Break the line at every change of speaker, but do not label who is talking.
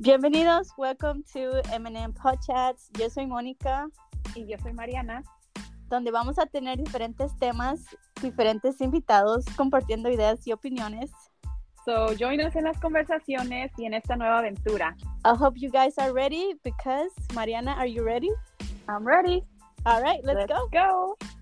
Bienvenidos, welcome to M&M Podchats. Yo soy Mónica,
Y yo soy Mariana.
donde vamos a tener diferentes temas, diferentes invitados compartiendo ideas y opiniones.
So, join us en las conversaciones y en esta nueva aventura.
I hope you guys are ready because Mariana, are you ready?
I'm ready.
All right, let's go.
go.